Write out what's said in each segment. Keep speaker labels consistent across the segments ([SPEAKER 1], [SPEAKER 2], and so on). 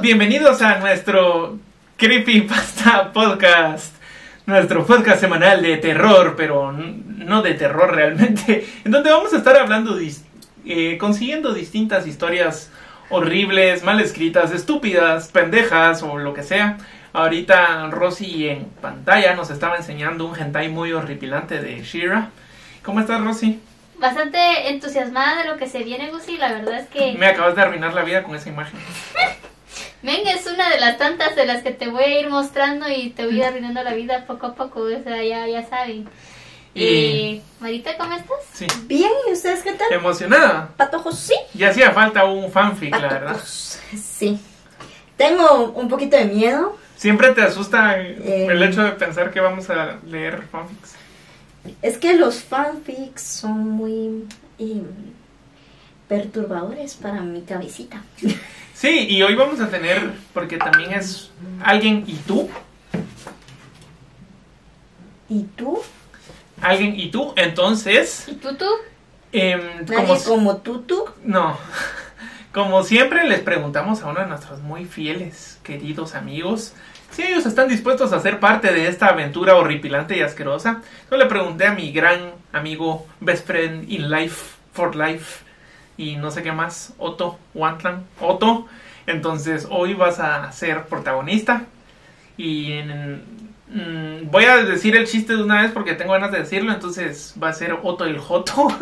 [SPEAKER 1] bienvenidos a nuestro Creepypasta Podcast. Nuestro podcast semanal de terror, pero n- no de terror realmente. En donde vamos a estar hablando, dis- eh, consiguiendo distintas historias horribles, mal escritas, estúpidas, pendejas o lo que sea. Ahorita Rosy en pantalla nos estaba enseñando un hentai muy horripilante de Shira. ¿Cómo estás, Rosy?
[SPEAKER 2] Bastante entusiasmada de lo que se viene, Gusi. La verdad es que
[SPEAKER 1] Me acabas de arruinar la vida con esa imagen.
[SPEAKER 2] Venga es una de las tantas de las que te voy a ir mostrando y te
[SPEAKER 1] Mm.
[SPEAKER 2] voy a ir arruinando la vida poco a poco. O sea, ya, ya saben.
[SPEAKER 1] Y-
[SPEAKER 2] Y... Marita, ¿cómo estás?
[SPEAKER 1] Sí.
[SPEAKER 3] Bien, ¿y ustedes qué tal?
[SPEAKER 1] Emocionada.
[SPEAKER 3] Patojos, sí.
[SPEAKER 1] Ya hacía falta un fanfic, la verdad.
[SPEAKER 3] Patojos, sí. Tengo un poquito de miedo.
[SPEAKER 1] Siempre te asusta el
[SPEAKER 3] Eh.
[SPEAKER 1] hecho de pensar que vamos a leer fanfics.
[SPEAKER 3] Es que los fanfics son muy eh, perturbadores para mi cabecita.
[SPEAKER 1] Sí, y hoy vamos a tener, porque también es alguien y tú,
[SPEAKER 3] ¿Y tú?
[SPEAKER 1] alguien y tú, entonces,
[SPEAKER 2] ¿Y tú, tú?
[SPEAKER 1] em,
[SPEAKER 3] Nadie
[SPEAKER 1] como,
[SPEAKER 3] como,
[SPEAKER 1] si-
[SPEAKER 3] tú, tú.
[SPEAKER 1] no, como siempre les preguntamos a uno de nuestros muy fieles, queridos amigos, si ellos están dispuestos a ser parte de esta aventura horripilante y asquerosa. Yo le pregunté a mi gran amigo, best friend in life, for life, y no sé qué más, Otto Wantlan, Otto. Entonces hoy vas a ser protagonista y en- mm, voy a decir el chiste de una vez porque tengo ganas de decirlo, entonces va a ser Otto el Joto.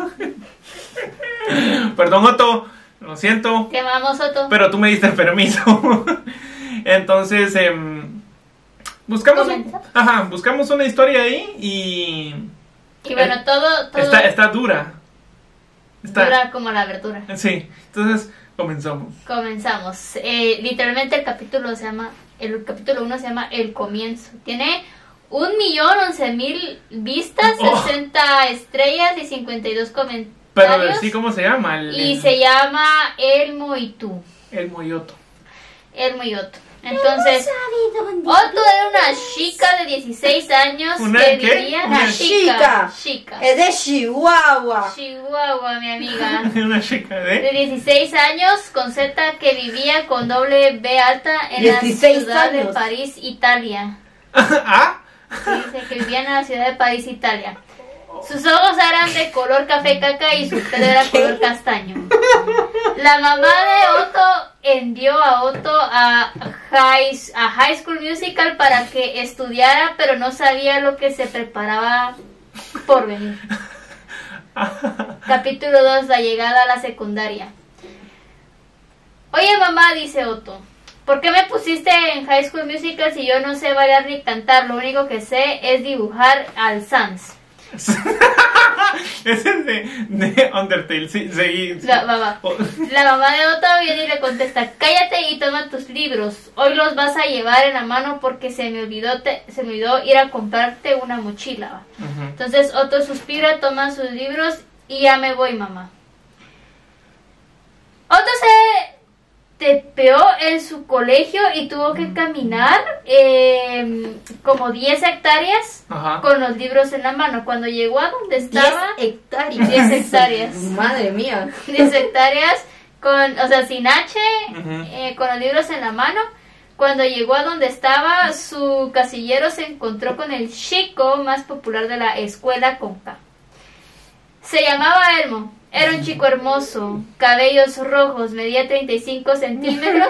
[SPEAKER 1] Perdón Otto, lo siento,
[SPEAKER 2] Te amamos, Otto.
[SPEAKER 1] pero tú me diste el permiso. Entonces, em, buscamos, un-
[SPEAKER 2] ¿Comenzamos?
[SPEAKER 1] ajá, buscamos una historia ahí y
[SPEAKER 2] Y bueno, todo, todo
[SPEAKER 1] eh, Está, está dura. Está,
[SPEAKER 2] dura como la verdura.
[SPEAKER 1] Sí, entonces comenzamos.
[SPEAKER 2] Comenzamos. Eh, literalmente el capítulo se llama, el capítulo 1 se llama El Comienzo. Tiene un millón once mil vistas,
[SPEAKER 1] Oh.
[SPEAKER 2] 60 estrellas y 52 comentarios.
[SPEAKER 1] Pero sí, ¿cómo se llama? El,
[SPEAKER 2] Y se llama Elmo y tú.
[SPEAKER 1] el Moyoto.
[SPEAKER 2] Elmo y Otto.
[SPEAKER 3] Pues,
[SPEAKER 2] Entonces,
[SPEAKER 3] sabido dónde
[SPEAKER 2] Otto era una chica de 16 años
[SPEAKER 1] ¿Una
[SPEAKER 2] que
[SPEAKER 1] qué?
[SPEAKER 2] vivía
[SPEAKER 1] Una
[SPEAKER 3] chica.
[SPEAKER 2] Chica.
[SPEAKER 3] Es de Chihuahua.
[SPEAKER 2] Chihuahua, mi amiga.
[SPEAKER 1] Una chica
[SPEAKER 2] De
[SPEAKER 1] de...
[SPEAKER 2] 16 años, con Z que vivía con doble B alta en la
[SPEAKER 3] 16
[SPEAKER 2] ciudad de
[SPEAKER 3] años.
[SPEAKER 2] París, Italia.
[SPEAKER 1] ¿Ah?
[SPEAKER 2] Sí, dice que vivía en la ciudad de París, Italia. Sus ojos eran de color café caca y su pelo era color castaño. La mamá de Otto envió a Otto a High, a High School Musical para que estudiara, pero no sabía lo que se preparaba por venir. Capítulo 2, la llegada a la secundaria. Oye mamá, dice Otto, ¿por qué me pusiste en High School Musical si yo no sé bailar ni cantar? Lo único que sé es dibujar al Sans.
[SPEAKER 1] Ese es de, de Undertale. Sí, seguí.
[SPEAKER 2] La mamá.
[SPEAKER 1] Oh,
[SPEAKER 2] La mamá de Otto viene y le contesta, cállate y toma tus libros. Hoy los vas a llevar en la mano porque se me olvidó, te- se me olvidó ir a comprarte una mochila.
[SPEAKER 1] ujú.
[SPEAKER 2] Entonces Otto suspira, toma sus libros y ya me voy, mamá. Otto se tepeó en su colegio y tuvo que caminar eh, como 10 hectáreas
[SPEAKER 1] Ajá.
[SPEAKER 2] con los libros en la mano. Cuando llegó a donde
[SPEAKER 3] 10
[SPEAKER 2] estaba,
[SPEAKER 3] hectáreas.
[SPEAKER 2] 10 hectáreas.
[SPEAKER 3] Madre mía.
[SPEAKER 2] 10 hectáreas, con, o sea, sin H,
[SPEAKER 1] Ujú.
[SPEAKER 2] eh, con los libros en la mano. Cuando llegó a donde estaba, su casillero se encontró con el chico más popular de la escuela con K. Se llamaba Elmo. Era un chico hermoso, cabellos rojos, medía 35 centímetros.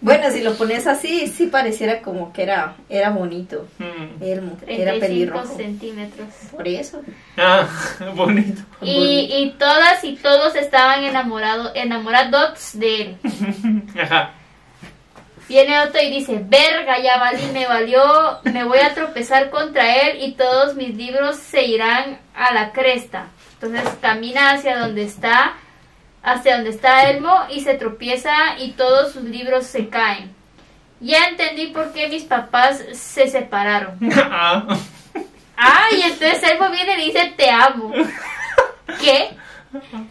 [SPEAKER 3] Bueno, si lo pones así, sí pareciera como que era, era bonito.
[SPEAKER 1] Mm.
[SPEAKER 3] Elmo, era
[SPEAKER 2] 35
[SPEAKER 3] pelirrojo.
[SPEAKER 2] centímetros.
[SPEAKER 3] Por eso.
[SPEAKER 1] Ah, bonito.
[SPEAKER 2] Y, y todas y todos estaban enamorados, enamorados de él.
[SPEAKER 1] Ajá.
[SPEAKER 2] Viene Otto y dice, verga, ya valí, me valió, me voy a tropezar contra él y todos mis libros se irán a la cresta. Entonces camina hacia donde está, hacia donde está Elmo y se tropieza y todos sus libros se caen. Ya entendí por qué mis papás se separaron.
[SPEAKER 1] Ah.
[SPEAKER 2] Ah, y entonces Elmo viene y dice te amo. ¿Qué?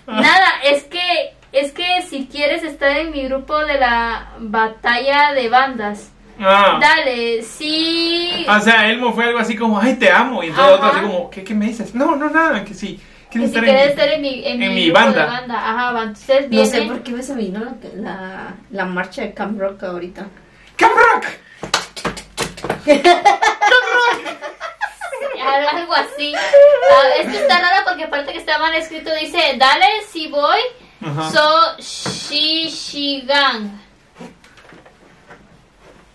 [SPEAKER 2] Nada, es que es que si quieres estar en mi grupo de la batalla de bandas,
[SPEAKER 1] Ah.
[SPEAKER 2] dale, sí.
[SPEAKER 1] O sea, Elmo fue algo así como, ay, te amo. Y todo otro
[SPEAKER 2] Ajá.
[SPEAKER 1] así como, ¿qué, qué me dices? No, no, nada, que sí.
[SPEAKER 2] Que
[SPEAKER 1] ¿Quieres
[SPEAKER 2] si
[SPEAKER 1] estar
[SPEAKER 2] querés
[SPEAKER 1] en-
[SPEAKER 2] estar en mi, en
[SPEAKER 1] en
[SPEAKER 2] mi
[SPEAKER 1] mi
[SPEAKER 2] grupo de
[SPEAKER 1] banda.
[SPEAKER 2] Ajá, van. Ustedes
[SPEAKER 3] No
[SPEAKER 2] vienen.
[SPEAKER 3] sé por qué me se me vino la, la, la marcha de Camp Rock ahorita.
[SPEAKER 1] ¡Camp Rock!
[SPEAKER 2] Algo así. Ah, es que está raro porque aparte que está mal escrito dice, dale si voy,
[SPEAKER 1] Ajá.
[SPEAKER 2] so shishigan.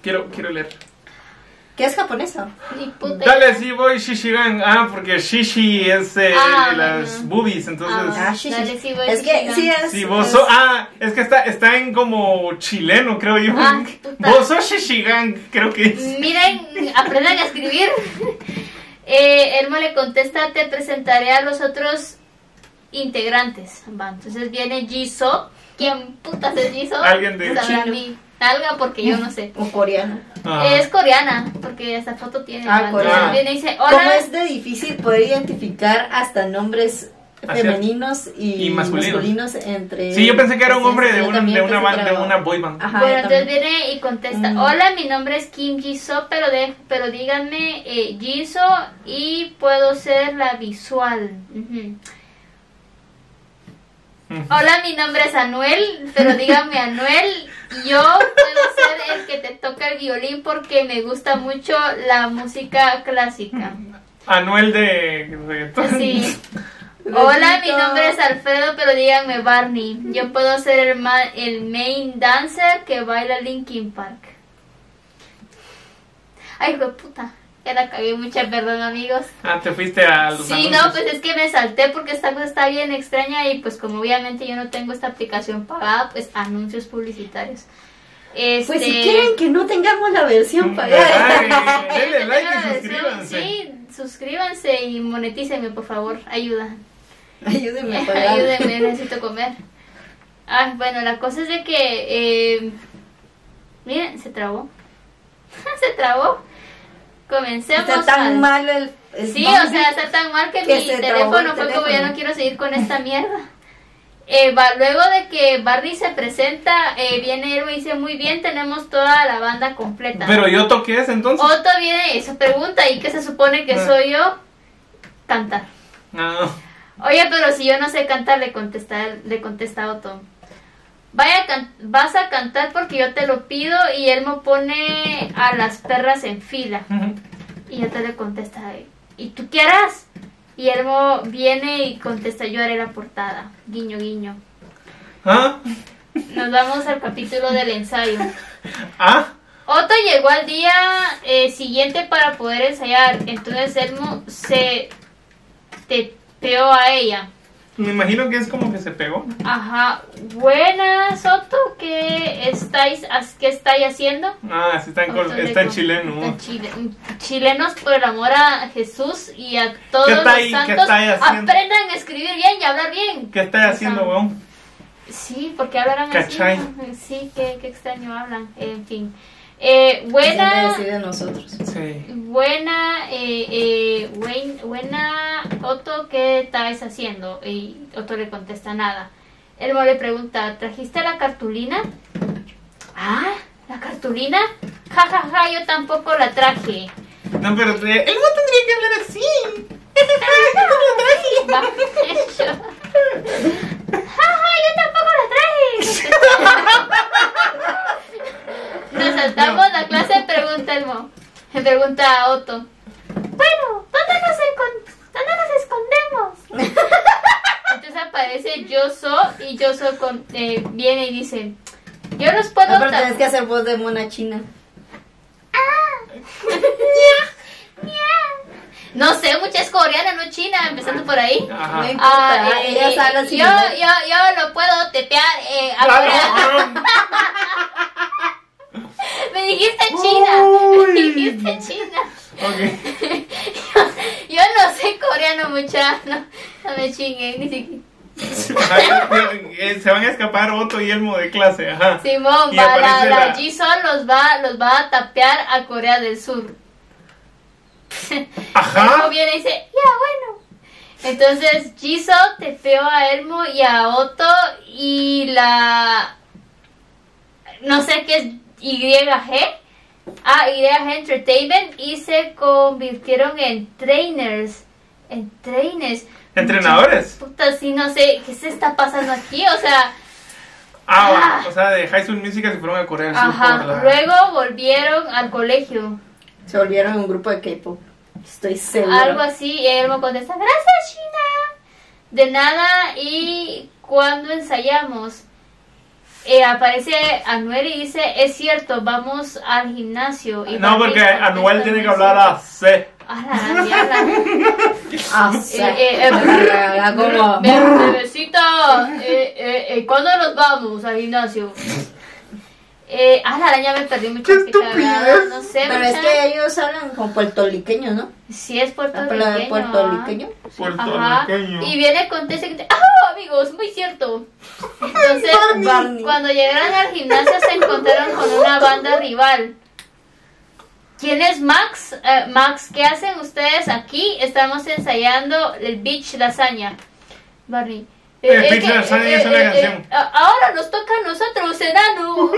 [SPEAKER 1] Quiero, quiero leer.
[SPEAKER 3] ¿Qué es japonesa?
[SPEAKER 2] Ni puta
[SPEAKER 1] Dale, sí voy, Shishigan. Ah, porque Shishi es eh,
[SPEAKER 2] Ah,
[SPEAKER 1] las
[SPEAKER 2] bueno.
[SPEAKER 1] boobies, entonces...
[SPEAKER 2] Ah, dale, sí voy,
[SPEAKER 3] es
[SPEAKER 2] sí
[SPEAKER 3] que
[SPEAKER 2] voy.
[SPEAKER 3] sí es.
[SPEAKER 1] Sí, vos
[SPEAKER 3] es-
[SPEAKER 1] so- ah, es que está, está en como chileno, creo yo.
[SPEAKER 2] Ah, qué puta.
[SPEAKER 1] vos sos Shishigan, creo que es.
[SPEAKER 2] Miren, aprendan a escribir. Eh, Elmo le contesta, te presentaré a los otros integrantes. Va, entonces viene Jisoo. ¿Quién putas es Jisoo?
[SPEAKER 1] Alguien de
[SPEAKER 2] Sabrá
[SPEAKER 3] chino.
[SPEAKER 2] mí. Alga porque yo no sé.
[SPEAKER 3] O coreano.
[SPEAKER 1] Ah.
[SPEAKER 2] Es coreana, porque esta foto tiene.
[SPEAKER 3] Ah,
[SPEAKER 2] va,
[SPEAKER 3] coreana.
[SPEAKER 2] entonces viene y dice,
[SPEAKER 3] ¿Cómo
[SPEAKER 2] hola.
[SPEAKER 3] es de difícil poder identificar hasta nombres
[SPEAKER 1] Así es.
[SPEAKER 3] femeninos y,
[SPEAKER 1] Y masculinos.
[SPEAKER 3] masculinos entre.
[SPEAKER 1] Sí, yo pensé que era un
[SPEAKER 3] Sí,
[SPEAKER 1] hombre
[SPEAKER 3] sí,
[SPEAKER 1] de
[SPEAKER 3] yo
[SPEAKER 1] una,
[SPEAKER 3] también
[SPEAKER 1] de una,
[SPEAKER 3] pensé que
[SPEAKER 1] ban- de
[SPEAKER 3] era-
[SPEAKER 1] una boy band.
[SPEAKER 3] Ajá,
[SPEAKER 2] bueno,
[SPEAKER 3] yo
[SPEAKER 2] entonces
[SPEAKER 3] también.
[SPEAKER 2] viene y contesta,
[SPEAKER 3] Mm.
[SPEAKER 2] hola, mi nombre es Kim Jisoo, pero, de, pero díganme eh, Jisoo y puedo ser la visual. Ujú.
[SPEAKER 1] Ujú.
[SPEAKER 2] Hola, mi nombre es Anuel, pero díganme Anuel, yo puedo ser el que te toca el violín porque me gusta mucho la música clásica.
[SPEAKER 1] Anuel de reggaetón.
[SPEAKER 2] Sí. Hola, mi nombre es Alfredo, pero díganme Barney. Yo puedo ser el, ma- el main dancer que baila Linkin Park. Ay, hijo de puta. Ya la cagué mucha, perdón, amigos.
[SPEAKER 1] Ah, te fuiste a los
[SPEAKER 2] Sí,
[SPEAKER 1] anuncios.
[SPEAKER 2] no, pues es que me salté porque esta cosa está bien extraña y pues como obviamente yo no tengo esta aplicación pagada, pues anuncios publicitarios. Este,
[SPEAKER 3] Pues si quieren que no tengamos la versión
[SPEAKER 1] Mm, Ay,
[SPEAKER 3] pagada.
[SPEAKER 1] denle like y
[SPEAKER 2] yo tengo la versión,
[SPEAKER 1] suscríbanse.
[SPEAKER 2] Sí, suscríbanse y monetícenme, por favor, ayuda.
[SPEAKER 3] Ayúdenme a pagar.
[SPEAKER 2] Ayúdenme, necesito comer. Ah, bueno, la cosa es de que... eh, miren, se trabó. se trabó. Comencemos.
[SPEAKER 3] Está tan
[SPEAKER 2] al-
[SPEAKER 3] mal el. el
[SPEAKER 2] Sí,
[SPEAKER 3] nombre.
[SPEAKER 2] o sea, está tan mal que,
[SPEAKER 3] Que
[SPEAKER 2] mi
[SPEAKER 3] se trabó
[SPEAKER 2] teléfono
[SPEAKER 3] el
[SPEAKER 2] fue como ya
[SPEAKER 3] teléfono.
[SPEAKER 2] no quiero seguir con esta mierda. Eh, va- luego de que Barney se presenta, eh, viene Elmo y dice, muy bien, tenemos toda la banda completa.
[SPEAKER 1] Pero yo toqué ese entonces.
[SPEAKER 2] Otto viene y se pregunta, ¿y qué se supone que
[SPEAKER 1] Ah.
[SPEAKER 2] soy yo? Cantar.
[SPEAKER 1] Ah,
[SPEAKER 2] Oye, pero si yo no sé cantar, le contesta, le contesta Otto. Vaya, can- vas a cantar porque yo te lo pido y Elmo pone a las perras en fila. Y Otto le contesta, ¿y tú qué harás? Y Elmo viene y contesta, yo haré la portada. Guiño, guiño.
[SPEAKER 1] ah,
[SPEAKER 2] Nos vamos al capítulo del ensayo.
[SPEAKER 1] ah,
[SPEAKER 2] Otto llegó al día eh, siguiente para poder ensayar. Entonces Elmo se teteó a ella.
[SPEAKER 1] me imagino que es como que se pegó.
[SPEAKER 2] Ajá, buenas, Soto, ¿qué estáis, as- qué estáis haciendo?
[SPEAKER 1] Ah, sí, está en, col-
[SPEAKER 2] Otto le
[SPEAKER 1] está en
[SPEAKER 2] con-
[SPEAKER 1] chileno.
[SPEAKER 2] está en Chile- chilenos, por el amor a Jesús y a todos
[SPEAKER 1] ¿Qué
[SPEAKER 2] los
[SPEAKER 1] estáis- qué
[SPEAKER 2] santos,
[SPEAKER 1] estáis haciendo?
[SPEAKER 2] aprendan a escribir bien y hablar bien.
[SPEAKER 1] ¿Qué estás haciendo,
[SPEAKER 2] Ajá.
[SPEAKER 1] weón?
[SPEAKER 2] Sí, porque hablarán
[SPEAKER 1] ¿Cachai?
[SPEAKER 2] así. Sí, qué, qué extraño hablan, en fin. Eh,
[SPEAKER 3] Siempre
[SPEAKER 2] buena,
[SPEAKER 3] decide nosotros.
[SPEAKER 1] Sí.
[SPEAKER 2] buena, eh, eh, buen- buena, Otto, ¿qué estáis haciendo? Y Otto le contesta nada. Elmo le pregunta, ¿trajiste la cartulina? Ah, ¿la cartulina? Ja, ja, ja, yo tampoco la traje.
[SPEAKER 1] No, pero te- él no tendría que hablar así.
[SPEAKER 2] Va, yo- ja, ja, yo tampoco la traje. Nos saltamos la clase, pregunta Elmo. Me pregunta a Otto. Bueno, ¿dónde nos, encon- dónde nos escondemos? Entonces aparece Yoso y Yoso con, eh, viene y dice, yo los puedo...
[SPEAKER 3] Aparte,
[SPEAKER 2] tra-
[SPEAKER 3] tienes que hacer voz de mona china.
[SPEAKER 2] Ah. No sé, mucha es coreana, no china, empezando por ahí.
[SPEAKER 1] Ajá.
[SPEAKER 3] Ven.
[SPEAKER 2] Ah,
[SPEAKER 3] Ah,
[SPEAKER 2] eh,
[SPEAKER 3] ellas
[SPEAKER 2] eh,
[SPEAKER 3] hablan sin
[SPEAKER 2] yo,
[SPEAKER 3] hablar.
[SPEAKER 2] yo, yo lo puedo tetear eh, a Corea.
[SPEAKER 1] Claro, weón.
[SPEAKER 2] Me dijiste China. Me
[SPEAKER 1] Uy.
[SPEAKER 2] dijiste China.
[SPEAKER 1] Ok.
[SPEAKER 2] Yo no sé coreano, muchacho. No, no me chinguen. Ni siquiera.
[SPEAKER 1] Ay, eh, Se van a escapar Otto y Elmo de clase. Ajá.
[SPEAKER 2] Simón,
[SPEAKER 1] Y
[SPEAKER 2] va, la,
[SPEAKER 1] aparece
[SPEAKER 2] la
[SPEAKER 1] la-
[SPEAKER 2] Jisoo los va, los va a tapear a Corea del Sur. Elmo
[SPEAKER 1] Ajá.
[SPEAKER 2] viene y dice, ya bueno. Entonces Jisoo tepeó a Elmo y a Otto y la... No sé qué es YG. Ah, YG Entertainment y se convirtieron en trainers. En trainers.
[SPEAKER 1] ¿Entrenadores?
[SPEAKER 2] Puta, sí, no sé, ¿qué se está pasando aquí? O sea,
[SPEAKER 1] Ah,
[SPEAKER 2] Ah.
[SPEAKER 1] bueno, o sea, de High School Musical se fueron a Corea del Sur
[SPEAKER 2] ajá.
[SPEAKER 1] por la-
[SPEAKER 2] Luego volvieron al colegio.
[SPEAKER 3] Se volvieron un grupo de K-pop. Estoy segura.
[SPEAKER 2] Algo así, y él me contesta, gracias China. De nada, y cuando ensayamos, eh, aparece Anuel y dice, es cierto, vamos al gimnasio. Y
[SPEAKER 1] No,
[SPEAKER 2] Barbie
[SPEAKER 1] porque
[SPEAKER 2] contesta,
[SPEAKER 1] Anuel tiene que
[SPEAKER 2] "No es
[SPEAKER 1] hablar a C.
[SPEAKER 2] cierto". A la mierda.
[SPEAKER 3] Ah,
[SPEAKER 2] Eh,
[SPEAKER 3] sí.
[SPEAKER 2] eh, eh,
[SPEAKER 3] Ah, como-
[SPEAKER 2] Be- Bebecita, eh, eh, eh, ¿cuándo nos vamos al gimnasio? Eh, ah, la araña me perdió mucho.
[SPEAKER 1] ¡Qué estupidez!
[SPEAKER 2] No sé,
[SPEAKER 3] Pero es
[SPEAKER 2] mucha-
[SPEAKER 3] que ellos hablan como puertorriqueños, ¿no?
[SPEAKER 2] Sí, es
[SPEAKER 3] Hablan
[SPEAKER 2] puertorriqueño. ah.
[SPEAKER 3] puertorriqueño.
[SPEAKER 2] Ajá.
[SPEAKER 1] Puertorriqueño.
[SPEAKER 2] Y viene con ese que te- ¡Ah, amigos! Muy cierto. Entonces,
[SPEAKER 3] Barney. Barney.
[SPEAKER 2] cuando llegaron al gimnasio se encontraron con una banda rival. ¿Quién es Max? Eh, Max, ¿qué hacen ustedes aquí? Estamos ensayando el Beach Lasaña. Barney. eh,
[SPEAKER 1] El Beach Lasagna es una canción.
[SPEAKER 2] a- ahora nos toca a nosotros, enano.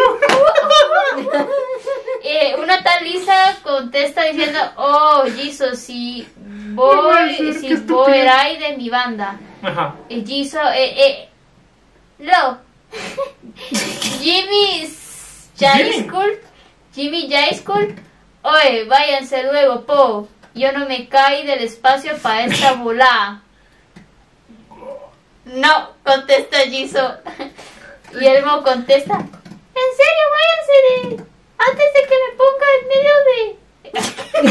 [SPEAKER 2] Eh, una tal Lisa contesta diciendo, oh, Jesus, si
[SPEAKER 1] No
[SPEAKER 2] voy,
[SPEAKER 1] puede ser, qué
[SPEAKER 2] si
[SPEAKER 1] estúpido.
[SPEAKER 2] voy ahí de mi banda.
[SPEAKER 1] Ajá.
[SPEAKER 2] Eh, Jesus, eh, eh, no. Jimmy
[SPEAKER 1] Jimmy.
[SPEAKER 2] Jaiskulp, Jimmy Jaiskulp, oye, váyanse luego, po. Yo no me caí del espacio para esta bola. No, contesta Jiso. Y Elmo contesta, en serio, váyanse de... Antes de que me ponga en medio de...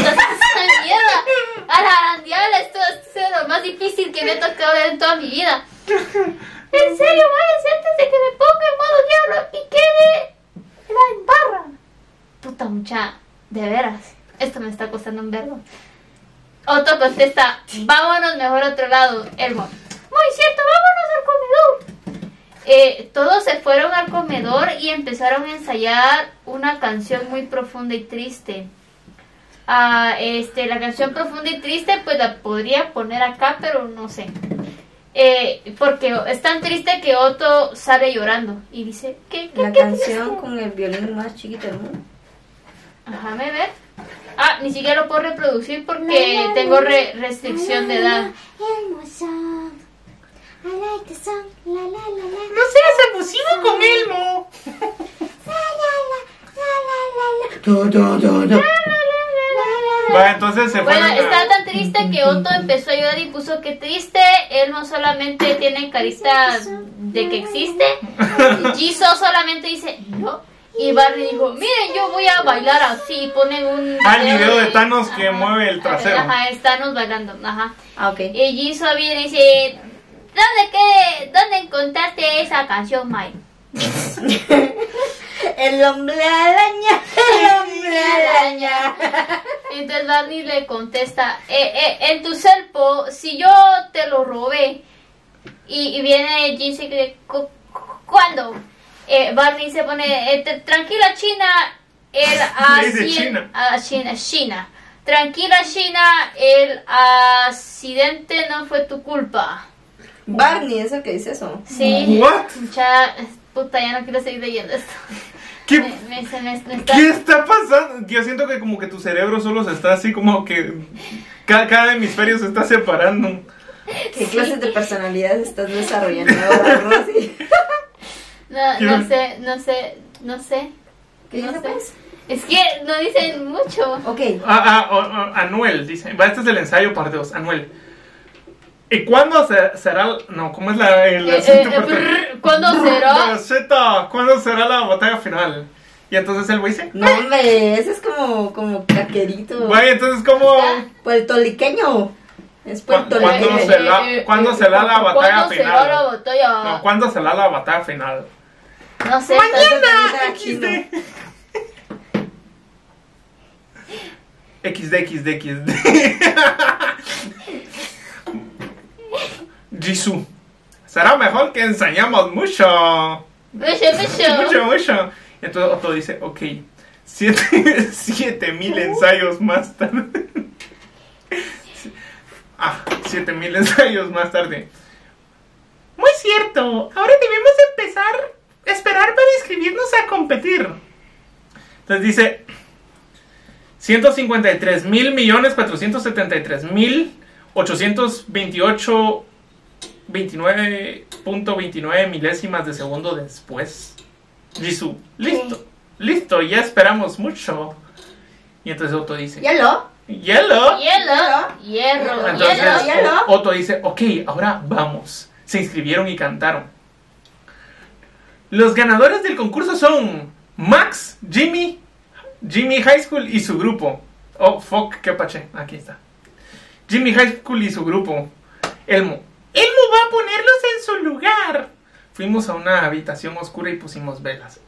[SPEAKER 2] ¡Esa mierda! A la arandiala, esto esto es lo más difícil que me ha tocado ver en toda mi vida. En serio, váyanse antes de que me ponga en modo diablo y quede la embarra. Puta mucha, de veras, esto me está costando un verbo. Otto contesta, vámonos mejor a otro lado, Elmo. Muy cierto, vámonos al comedor. Eh, todos se fueron al comedor y empezaron a ensayar una canción muy profunda y triste. Ah, este, la canción profunda y triste, pues la podría poner acá, pero no sé. Eh, porque es tan triste que Otto sale llorando y dice, ¿qué, qué,
[SPEAKER 3] La
[SPEAKER 2] qué
[SPEAKER 3] canción con el violín más chiquito del mundo.
[SPEAKER 2] Déjame ver. Ah, ni siquiera lo puedo reproducir porque tengo re- restricción de edad.
[SPEAKER 4] Song. I like the song. La la la la.
[SPEAKER 1] No seas abusivo con Elmo.
[SPEAKER 4] La la la. La la la la.
[SPEAKER 1] Va, entonces se
[SPEAKER 2] Bueno,
[SPEAKER 1] fueron a-
[SPEAKER 2] está tan triste que Otto empezó a llorar y puso que triste. Él no solamente tiene carita de que existe. Jisoo solamente dice no. Y Barry dijo, miren, yo voy a bailar así. Y ponen un...
[SPEAKER 1] Ah, el video de Thanos que mueve el trasero.
[SPEAKER 2] Ajá, es Thanos bailando. Ajá.
[SPEAKER 3] Ah, ok.
[SPEAKER 2] Y Jisoo viene y dice, ¿dónde, qué, ¿dónde encontraste esa canción, Mike?
[SPEAKER 3] El hombre araña, el hombre araña.
[SPEAKER 2] Entonces Barney le contesta, eh, eh, en tu selpo, si yo te lo robé. Y, y viene Jin y dice, "¿Cu- cu- ¿cuándo? Eh, Barney se pone, eh, te- tranquila China, él
[SPEAKER 1] Le dice
[SPEAKER 2] accidente...
[SPEAKER 1] China.
[SPEAKER 2] China, China. Tranquila China, el accidente no fue tu culpa.
[SPEAKER 3] Barney es el que dice eso.
[SPEAKER 2] Sí.
[SPEAKER 1] What?
[SPEAKER 2] Mucha, puta, ya no quiero seguir leyendo esto.
[SPEAKER 1] ¿Qué,
[SPEAKER 2] Me- me- se me- me está-
[SPEAKER 1] ¿Qué está pasando? Yo siento que como que tu cerebro solo se está así como que cada, cada hemisferio se está separando.
[SPEAKER 3] ¿Qué clase de personalidades estás desarrollando ahora, Rosy?
[SPEAKER 2] No,
[SPEAKER 1] ¿Qué?
[SPEAKER 2] no sé, no sé, no sé.
[SPEAKER 3] ¿Qué
[SPEAKER 2] No
[SPEAKER 3] dice
[SPEAKER 2] sé.
[SPEAKER 3] pues?
[SPEAKER 2] Es que no dicen mucho.
[SPEAKER 3] Ok.
[SPEAKER 1] Ah, ah, o- o- Anuel dice, va, este es el ensayo parte 2, Anuel. ¿Y cuándo se- será, no, cómo es la, el
[SPEAKER 2] Eh,
[SPEAKER 1] asunto
[SPEAKER 2] eh,
[SPEAKER 1] parte-
[SPEAKER 2] brr, ¿Cuándo
[SPEAKER 1] La
[SPEAKER 2] será?
[SPEAKER 1] Z, ¿cuándo será la batalla final? Y entonces el güey dice,
[SPEAKER 3] No, hombre, ese es como, como caquerito.
[SPEAKER 1] güey, entonces como...
[SPEAKER 3] Puertoliqueño. Es
[SPEAKER 1] ¿Cuándo
[SPEAKER 3] puertoliqueño.
[SPEAKER 1] se la- cuándo se da la batalla
[SPEAKER 2] Eh, ¿Cuándo se da
[SPEAKER 1] final?
[SPEAKER 2] la batalla?
[SPEAKER 1] No, ¿cuándo será la batalla final?
[SPEAKER 2] No sé.
[SPEAKER 3] Entonces,
[SPEAKER 1] Mañana,
[SPEAKER 3] ahorita chino.
[SPEAKER 1] XD, XD, XD. Jisoo. Será mejor que enseñamos mucho.
[SPEAKER 2] Mucho,
[SPEAKER 1] Mucho,
[SPEAKER 2] mucho.
[SPEAKER 1] mucho. Y entonces Otto dice, ok, siete, siete mil ensayos más tarde. Ah, siete mil ensayos más tarde. Muy cierto. Ahora debemos empezar, esperar para inscribirnos a competir. Entonces dice, 153 mil millones 473 mil 828, 29.29 milésimas de segundo después. Jisoo, listo, listo, ya esperamos mucho. Y entonces Otto dice,
[SPEAKER 3] ¿Ya lo?
[SPEAKER 1] Yellow.
[SPEAKER 2] Hielo, hierro,
[SPEAKER 1] Entonces,
[SPEAKER 2] hielo,
[SPEAKER 3] ya no.
[SPEAKER 1] O- Otto dice, ok, ahora vamos. Se inscribieron y cantaron. Los ganadores del concurso son Max, Jimmy, Jimmy High School y su grupo. Oh, fuck, qué pache. Aquí está. Jimmy High School y su grupo. Elmo. Elmo va a ponerlos en su lugar. Fuimos a una habitación oscura y pusimos velas.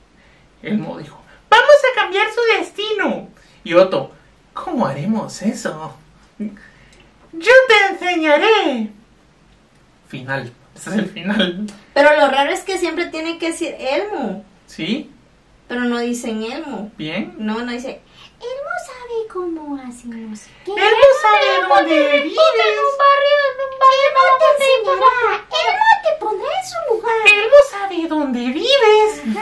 [SPEAKER 1] Elmo dijo, vamos a cambiar su destino. Y Otto, ¿cómo haremos eso? Yo te enseñaré. Final. Este es el final.
[SPEAKER 3] Pero lo raro es que siempre tienen que decir Elmo.
[SPEAKER 1] ¿Sí?
[SPEAKER 3] Pero no dicen Elmo.
[SPEAKER 1] ¿Bien?
[SPEAKER 3] No, no dice.
[SPEAKER 4] Él no sabe cómo hacemos. ¿Qué?
[SPEAKER 1] Él no sabe dónde vives.
[SPEAKER 4] Él no te enseñará. Él no te pondrá en su lugar.
[SPEAKER 1] Él no sabe dónde vives.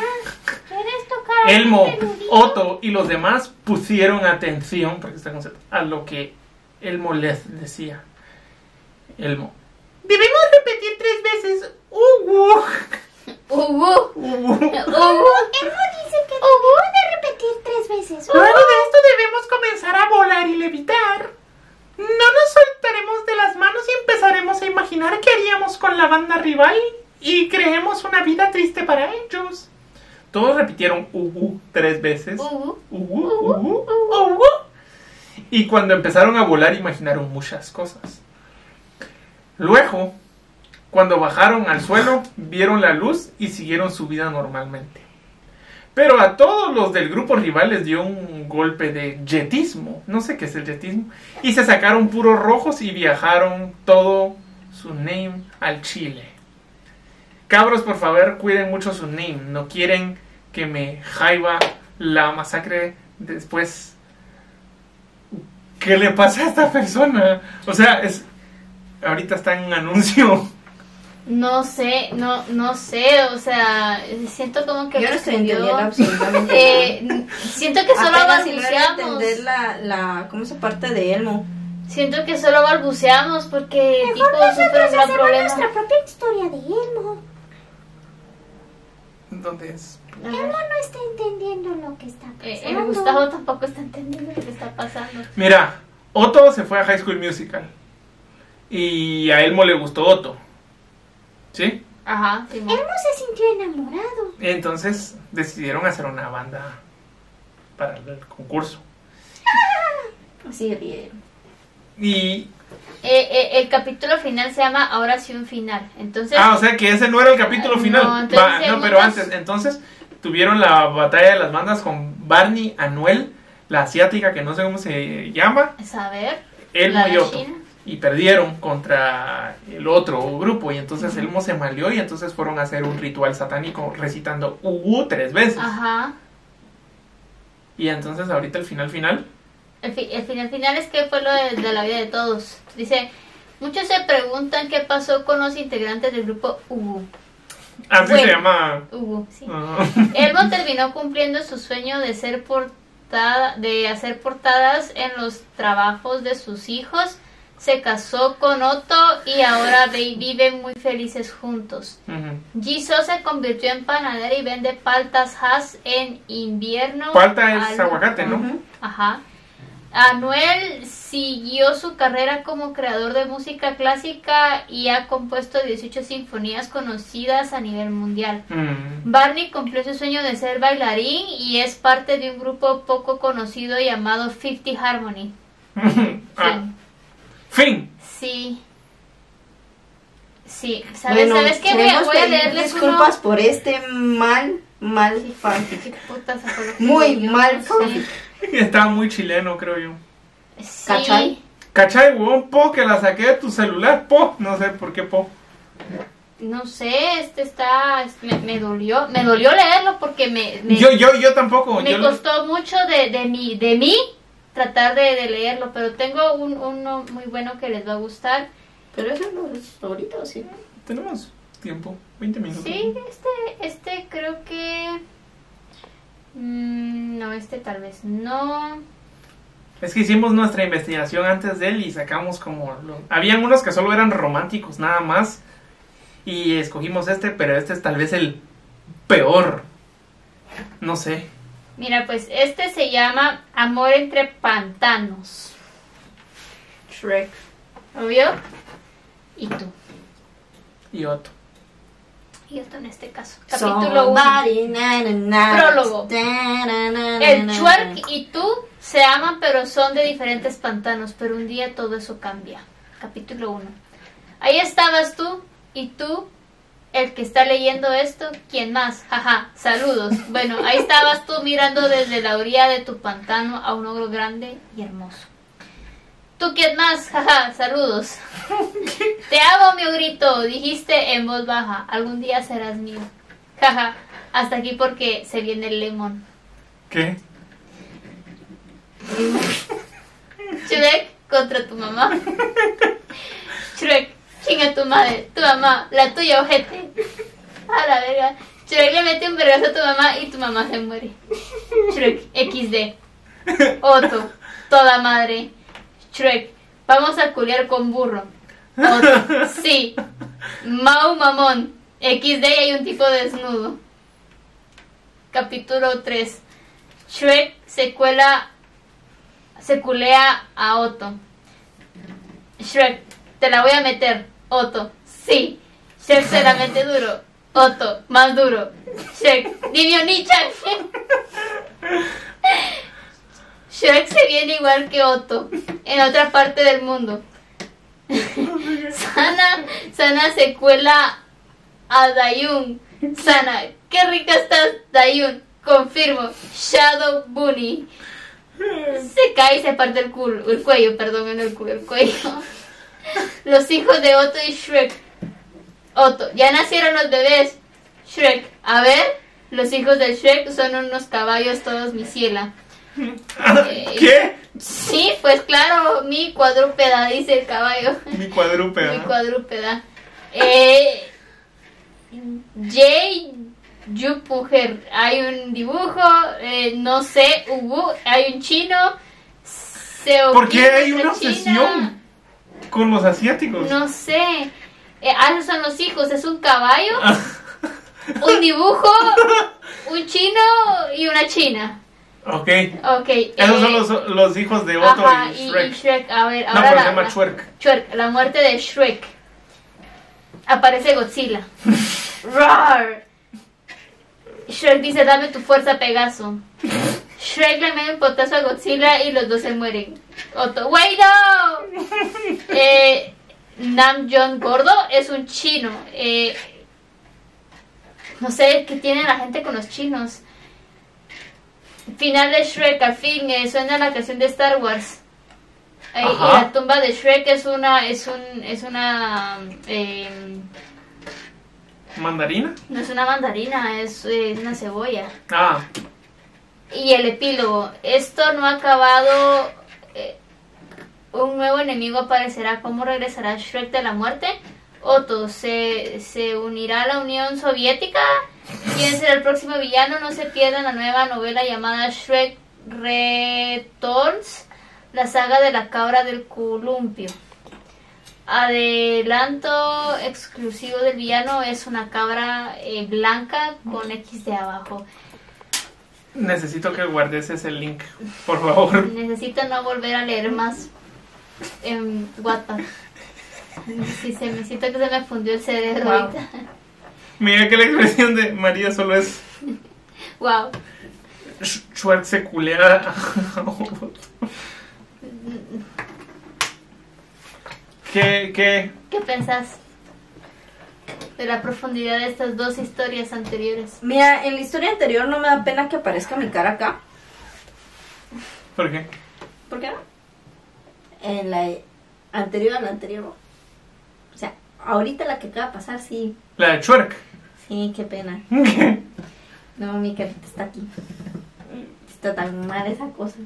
[SPEAKER 4] ¿Quieres tocar?
[SPEAKER 1] Elmo,
[SPEAKER 4] el melodía?
[SPEAKER 1] Otto y los demás pusieron atención porque está concepto, a lo que Elmo les decía. Elmo. Debemos repetir tres veces. Uh, uh, uh,
[SPEAKER 2] Ubu,
[SPEAKER 1] uh.
[SPEAKER 2] ubu.
[SPEAKER 4] Elmo dice que
[SPEAKER 2] Oh,
[SPEAKER 4] debemos de repetir tres veces. Oh,
[SPEAKER 1] Luego de esto debemos comenzar a volar y levitar. No nos soltaremos de las manos y empezaremos a imaginar qué haríamos con la banda rival y creemos una vida triste para ellos. Todos repitieron uhu tres
[SPEAKER 3] uh.
[SPEAKER 1] veces.
[SPEAKER 2] Ubu.
[SPEAKER 1] Uhu, uhu, uhu. Y cuando empezaron a volar imaginaron muchas cosas. Luego, cuando bajaron al suelo, vieron la luz y siguieron su vida normalmente. Pero a todos los del grupo rival les dio un golpe de jetismo, no sé qué es el jetismo, y se sacaron puros rojos y viajaron todo su name al Chile. Cabros, por favor, cuiden mucho su name, no quieren que me jaiba la masacre después. ¿Qué le pasa a esta persona? O sea, es ahorita está en un anuncio.
[SPEAKER 2] No sé, no, no sé, o sea, siento como que
[SPEAKER 3] Yo no estoy entendiendo
[SPEAKER 2] aprendió-
[SPEAKER 3] absolutamente
[SPEAKER 2] Eh, n- siento que solo
[SPEAKER 3] Apenas lograron
[SPEAKER 2] balbuceamos.
[SPEAKER 3] entender la, la, ¿cómo es esa parte de Elmo?
[SPEAKER 2] Siento que solo balbuceamos porque el tipo
[SPEAKER 4] Mejor
[SPEAKER 2] sufre un
[SPEAKER 4] nosotros
[SPEAKER 2] gran
[SPEAKER 4] hacemos
[SPEAKER 2] problema.
[SPEAKER 4] nuestra propia historia de Elmo.
[SPEAKER 1] Entonces,
[SPEAKER 2] A
[SPEAKER 4] Elmo
[SPEAKER 2] ver,
[SPEAKER 4] no está entendiendo lo que está pasando.
[SPEAKER 2] eh, el Gustavo tampoco está entendiendo lo que está pasando.
[SPEAKER 1] mira, Otto se fue a High School Musical. Y a Elmo le gustó Otto. ¿Sí?
[SPEAKER 2] Ajá, Simón.
[SPEAKER 4] Elmo se sintió enamorado.
[SPEAKER 1] Entonces decidieron hacer una banda para el concurso.
[SPEAKER 3] Así rieron.
[SPEAKER 1] Y.
[SPEAKER 2] Eh, eh, el capítulo final se llama Ahora sí un final. Entonces,
[SPEAKER 1] Ah, o sea que ese no era el capítulo
[SPEAKER 2] No,
[SPEAKER 1] final.
[SPEAKER 2] entonces
[SPEAKER 1] Va, no,
[SPEAKER 2] según
[SPEAKER 1] pero
[SPEAKER 2] los-
[SPEAKER 1] antes. Entonces tuvieron la batalla de las bandas con Barney, Anuel, la asiática que no sé cómo se llama,
[SPEAKER 2] saber.
[SPEAKER 1] Elmo
[SPEAKER 2] la
[SPEAKER 1] y
[SPEAKER 2] de
[SPEAKER 1] Otto.
[SPEAKER 2] China.
[SPEAKER 1] y perdieron contra el otro grupo y entonces Elmo se maleó y entonces fueron a hacer un ritual satánico recitando UU tres veces
[SPEAKER 2] Ajá.
[SPEAKER 1] y entonces ahorita el final final
[SPEAKER 2] El, fi- el final final es que fue lo de, de la vida de todos. Dice, muchos se preguntan qué pasó con los integrantes del grupo Ubu.
[SPEAKER 1] así
[SPEAKER 2] Bueno.
[SPEAKER 1] se llama
[SPEAKER 2] Ubu, sí.
[SPEAKER 1] ah,
[SPEAKER 2] Elmo terminó cumpliendo su sueño de ser portada, de hacer portadas en los trabajos de sus hijos. Se casó con Otto y ahora vi- viven muy felices juntos.
[SPEAKER 1] ujú.
[SPEAKER 2] Jisoo se convirtió en panadera y vende paltas has en invierno.
[SPEAKER 1] Palta es
[SPEAKER 2] Al-
[SPEAKER 1] aguacate, ¿no?
[SPEAKER 3] Ujú.
[SPEAKER 2] Ajá. Anuel siguió su carrera como creador de música clásica y ha compuesto 18 sinfonías conocidas a nivel mundial.
[SPEAKER 1] Mm.
[SPEAKER 2] Barney cumplió su sueño de ser bailarín y es parte de un grupo poco conocido llamado 50 Harmony.
[SPEAKER 1] Ah, fin
[SPEAKER 2] Sí. Sí. ¿Sabes,
[SPEAKER 3] Bueno,
[SPEAKER 2] ¿sabes qué? Voy a-
[SPEAKER 3] queremos
[SPEAKER 2] Voy a
[SPEAKER 3] pedir
[SPEAKER 2] leerles uno-
[SPEAKER 3] disculpas por este mal, mal fanfic.
[SPEAKER 2] Qué puta se fue lo que
[SPEAKER 3] Muy
[SPEAKER 2] leí yo,
[SPEAKER 3] mal
[SPEAKER 2] no sé.
[SPEAKER 3] fanfic.
[SPEAKER 1] estaba muy chileno creo yo
[SPEAKER 2] Sí.
[SPEAKER 3] ¿Cachai?
[SPEAKER 1] ¿Cachai, huevón? Po, que la saqué de tu celular, po. No sé por qué, po.
[SPEAKER 2] No sé, este está. es- Me, me dolió. Me dolió leerlo porque me. me-
[SPEAKER 1] yo, yo, yo tampoco.
[SPEAKER 2] me
[SPEAKER 1] yo lo-
[SPEAKER 2] costó mucho de, de, mí, de mí tratar de, de leerlo, pero tengo un, uno muy bueno que les va a gustar.
[SPEAKER 3] Pero eso no es ahorita, ¿o sí?
[SPEAKER 1] Tenemos tiempo, 20 minutos.
[SPEAKER 2] Sí, este, este creo que... mm, no, este tal vez no.
[SPEAKER 1] Es que hicimos nuestra investigación antes de él y sacamos como... lo- Habían unos que solo eran románticos nada más. Y escogimos este, pero este es tal vez el peor. No sé.
[SPEAKER 2] Mira, pues este se llama Amor entre pantanos.
[SPEAKER 3] Shrek.
[SPEAKER 2] ¿Lo vio? Y tú.
[SPEAKER 1] Y otro.
[SPEAKER 2] Y otro en este caso. Capítulo 1.
[SPEAKER 3] Somebody, na, na, na.
[SPEAKER 2] Prólogo.
[SPEAKER 3] Da, na, na, na,
[SPEAKER 2] El
[SPEAKER 3] na,
[SPEAKER 2] Chuark
[SPEAKER 3] na.
[SPEAKER 2] y tú se aman, pero son de diferentes pantanos. Pero un día todo eso cambia. Capítulo 1. Ahí estabas tú y tú, el que está leyendo esto, ¿quién más? Jaja, saludos. Bueno, ahí estabas tú mirando desde la orilla de tu pantano a un ogro grande y hermoso. ¿Tú quién más? Jaja, saludos. Te amo, mi grito, dijiste en voz baja. Algún día serás mío. Jaja, hasta aquí porque se viene el lemon.
[SPEAKER 1] ¿Qué?
[SPEAKER 2] Shrek contra tu mamá. Shrek, chinga tu madre, tu mamá, la tuya, ojete. A la verga. Shrek le mete un vergazo a tu mamá y tu mamá se muere. Shrek, XD. Otto, toda madre. Shrek, vamos a culiar con burro. Otto, sí. Mau mamón. XD y hay un tipo desnudo. Capítulo 3. Shrek se cuela se culea a Otto. Shrek, te la voy a meter. Otto, sí. Shrek se la mete duro. Otto, más duro. Shrek, Divio Nichan. Shrek se viene igual que Otto en otra parte del mundo. Sana, Sana se cuela a Dayun. Sana, qué rica estás, Dayun. Confirmo, Shadow Bunny. Se cae y se parte el culo, el cuello, perdón, no el culo, el cuello. Los hijos de Otto y Shrek. Otto, ya nacieron los bebés. Shrek, a ver, los hijos de Shrek son unos caballos todos mi ciela. Eh,
[SPEAKER 1] ¿Qué?
[SPEAKER 2] Sí, pues claro, mi cuadrúpeda, dice el caballo.
[SPEAKER 1] Mi cuadrúpedo.
[SPEAKER 2] Mi
[SPEAKER 1] ¿no?
[SPEAKER 2] cuadrúpeda. Eh, Jay Yupuger, hay un dibujo, eh, no sé, Ubu, hay un chino. Seokin
[SPEAKER 1] ¿Por qué hay
[SPEAKER 2] es de
[SPEAKER 1] una
[SPEAKER 2] China,
[SPEAKER 1] obsesión con los asiáticos?
[SPEAKER 2] No sé. Eh, ah, esos son los hijos, es un caballo,
[SPEAKER 1] Ah,
[SPEAKER 2] un dibujo, un chino y una china.
[SPEAKER 1] ok.
[SPEAKER 2] Ok.
[SPEAKER 1] Esos
[SPEAKER 2] eh,
[SPEAKER 1] son los, los hijos de Otto
[SPEAKER 2] ajá,
[SPEAKER 1] y Shrek.
[SPEAKER 2] A ver,
[SPEAKER 1] no,
[SPEAKER 2] ahora
[SPEAKER 1] pero
[SPEAKER 2] la-
[SPEAKER 1] se llama
[SPEAKER 2] la-
[SPEAKER 1] Shrek.
[SPEAKER 2] Shrek, la muerte de Shrek. Aparece Godzilla. Roar. Shrek dice, dame tu fuerza, Pegaso. Shrek le mete un potazo a Godzilla y los dos se mueren. Otto, ¡Güey, no! Eh, Nam John Gordo es un chino. Eh, no sé qué tiene la gente con los chinos. Final de Shrek, al fin, eh, suena la canción de Star Wars. Eh, y
[SPEAKER 1] Ajá.
[SPEAKER 2] la tumba de Shrek es una, es un, es una, eh,
[SPEAKER 1] ¿Mandarina?
[SPEAKER 2] no es una mandarina, es eh, una cebolla.
[SPEAKER 1] Ah,
[SPEAKER 2] Y el epílogo, esto no ha acabado, eh, un nuevo enemigo aparecerá, ¿cómo regresará Shrek de la muerte? Otto, ¿se, se unirá a la Unión Soviética? ¿Quién será el próximo villano? No se pierdan la nueva novela llamada Shrek Returns, la saga de la cabra del columpio. Adelanto exclusivo del villano es una cabra eh, blanca con X de abajo.
[SPEAKER 1] necesito que guardes ese link, por favor.
[SPEAKER 2] Necesito no volver a leer más en WhatsApp. Sí, se me siento que se me fundió el cerebro
[SPEAKER 3] Wow.
[SPEAKER 2] ahorita.
[SPEAKER 1] Mira que la expresión de María solo es
[SPEAKER 2] Wow.
[SPEAKER 1] "Sh- Shrek se culea. a Otto". ¿Qué, qué?
[SPEAKER 2] ¿Qué pensás de la profundidad de estas dos historias anteriores?
[SPEAKER 3] Mira, en la historia anterior no me da pena que aparezca mi cara acá.
[SPEAKER 1] ¿Por qué?
[SPEAKER 3] ¿Por qué no? En la anterior a la anterior no. O sea, ahorita la que acaba de pasar, sí.
[SPEAKER 1] La de Shrek.
[SPEAKER 3] Sí, qué pena.
[SPEAKER 1] ¿Qué?
[SPEAKER 3] No, mi carita está aquí. Está tan mal esa cosa.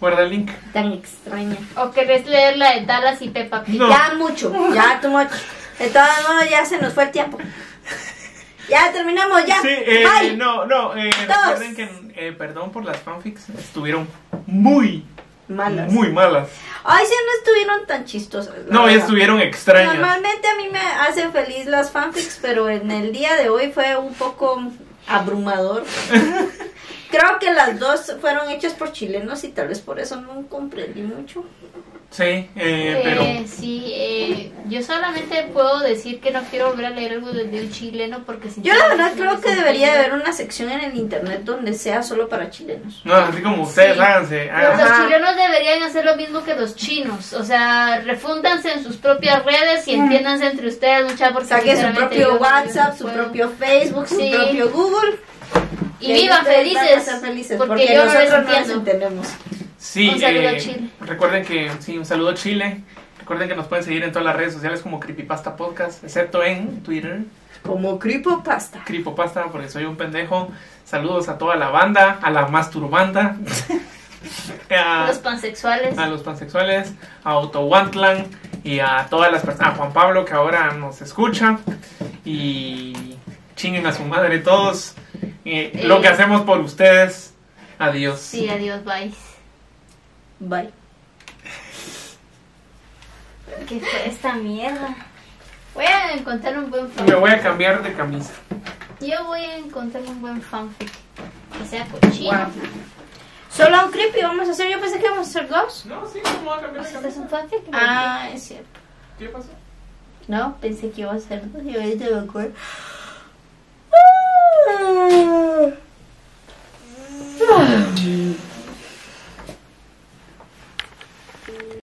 [SPEAKER 1] Guarda el link.
[SPEAKER 3] Tan extraña.
[SPEAKER 2] ¿O querés leer la de Dallas y Peppa Pig?
[SPEAKER 1] No.
[SPEAKER 3] Ya mucho, ya too much. De todos modos, ya se nos fue el tiempo. Ya terminamos, ya.
[SPEAKER 1] Sí, eh,
[SPEAKER 3] Bye.
[SPEAKER 1] no, no, eh,
[SPEAKER 3] Dos.
[SPEAKER 1] recuerden que, eh, perdón por las fanfics, estuvieron muy,
[SPEAKER 3] malas.
[SPEAKER 1] Muy malas.
[SPEAKER 3] Ay, sí, no estuvieron tan chistosas. la
[SPEAKER 1] No, ya
[SPEAKER 3] verdad.
[SPEAKER 1] estuvieron extrañas.
[SPEAKER 3] Normalmente a mí me hacen feliz las fanfics, pero en el día de hoy fue un poco abrumador. Creo que las dos fueron hechas por chilenos y tal vez por eso no comprendí mucho.
[SPEAKER 1] Sí, eh,
[SPEAKER 2] Eh,
[SPEAKER 1] pero.
[SPEAKER 2] sí, eh, yo solamente puedo decir que no quiero volver a leer algo de un chileno porque
[SPEAKER 3] Yo la verdad creo que debería haber una sección en el internet donde sea solo para chilenos.
[SPEAKER 1] No, así como ustedes,
[SPEAKER 2] Sí.
[SPEAKER 1] háganse.
[SPEAKER 2] Los,
[SPEAKER 1] háganse.
[SPEAKER 3] Ajá.
[SPEAKER 2] chilenos deberían hacer lo mismo que los chinos, o sea, refúndanse en sus propias redes y entiéndanse entre ustedes, mucha porque
[SPEAKER 3] Mm. Saquen su
[SPEAKER 2] sinceramente yo-
[SPEAKER 3] propio
[SPEAKER 2] yo
[SPEAKER 3] WhatsApp,
[SPEAKER 2] no
[SPEAKER 3] su
[SPEAKER 2] puedo.
[SPEAKER 3] propio Facebook, su
[SPEAKER 2] Sí.
[SPEAKER 3] propio Google.
[SPEAKER 2] y vivan
[SPEAKER 3] ustedes van a
[SPEAKER 2] felices,
[SPEAKER 3] ser felices,
[SPEAKER 2] porque, yo no
[SPEAKER 3] nosotros
[SPEAKER 2] les
[SPEAKER 3] no las
[SPEAKER 2] entiendo.
[SPEAKER 3] entendemos.
[SPEAKER 1] Sí,
[SPEAKER 2] Un saludo a
[SPEAKER 1] eh,
[SPEAKER 2] Chile.
[SPEAKER 1] recuerden que, sí, un saludo a Chile. Recuerden que nos pueden seguir en todas las redes sociales como Creepypasta Podcast, excepto en Twitter,
[SPEAKER 3] Como creepypasta.
[SPEAKER 1] Creepypasta, porque soy un pendejo. Saludos a toda la banda, a la masturbanda, a,
[SPEAKER 2] Los pansexuales.
[SPEAKER 1] a los pansexuales, a Autowantlan y a todas las personas, a Juan Pablo que ahora nos escucha. Y chinguen a su madre todos. Eh, Lo que
[SPEAKER 2] Eh.
[SPEAKER 1] hacemos por ustedes. Adiós.
[SPEAKER 2] Sí, adiós, bye.
[SPEAKER 3] Bye.
[SPEAKER 4] ¿Qué fue esta mierda?
[SPEAKER 2] Voy a encontrar un buen
[SPEAKER 1] Me
[SPEAKER 2] fanfic.
[SPEAKER 1] voy a cambiar de camisa.
[SPEAKER 2] Yo voy a encontrar un buen fanfic que sea cochino.
[SPEAKER 1] Guau.
[SPEAKER 3] Solo un creepy vamos a hacer. Yo pensé que íbamos a hacer dos.
[SPEAKER 1] No, sí, ¿cómo voy a cambiar de
[SPEAKER 2] ¿Este es
[SPEAKER 1] camisa?
[SPEAKER 2] un fanfic?
[SPEAKER 3] Ah, es cierto.
[SPEAKER 1] ¿Qué pasó?
[SPEAKER 3] No, pensé que iba a ser dos y ahorita me acuerdo.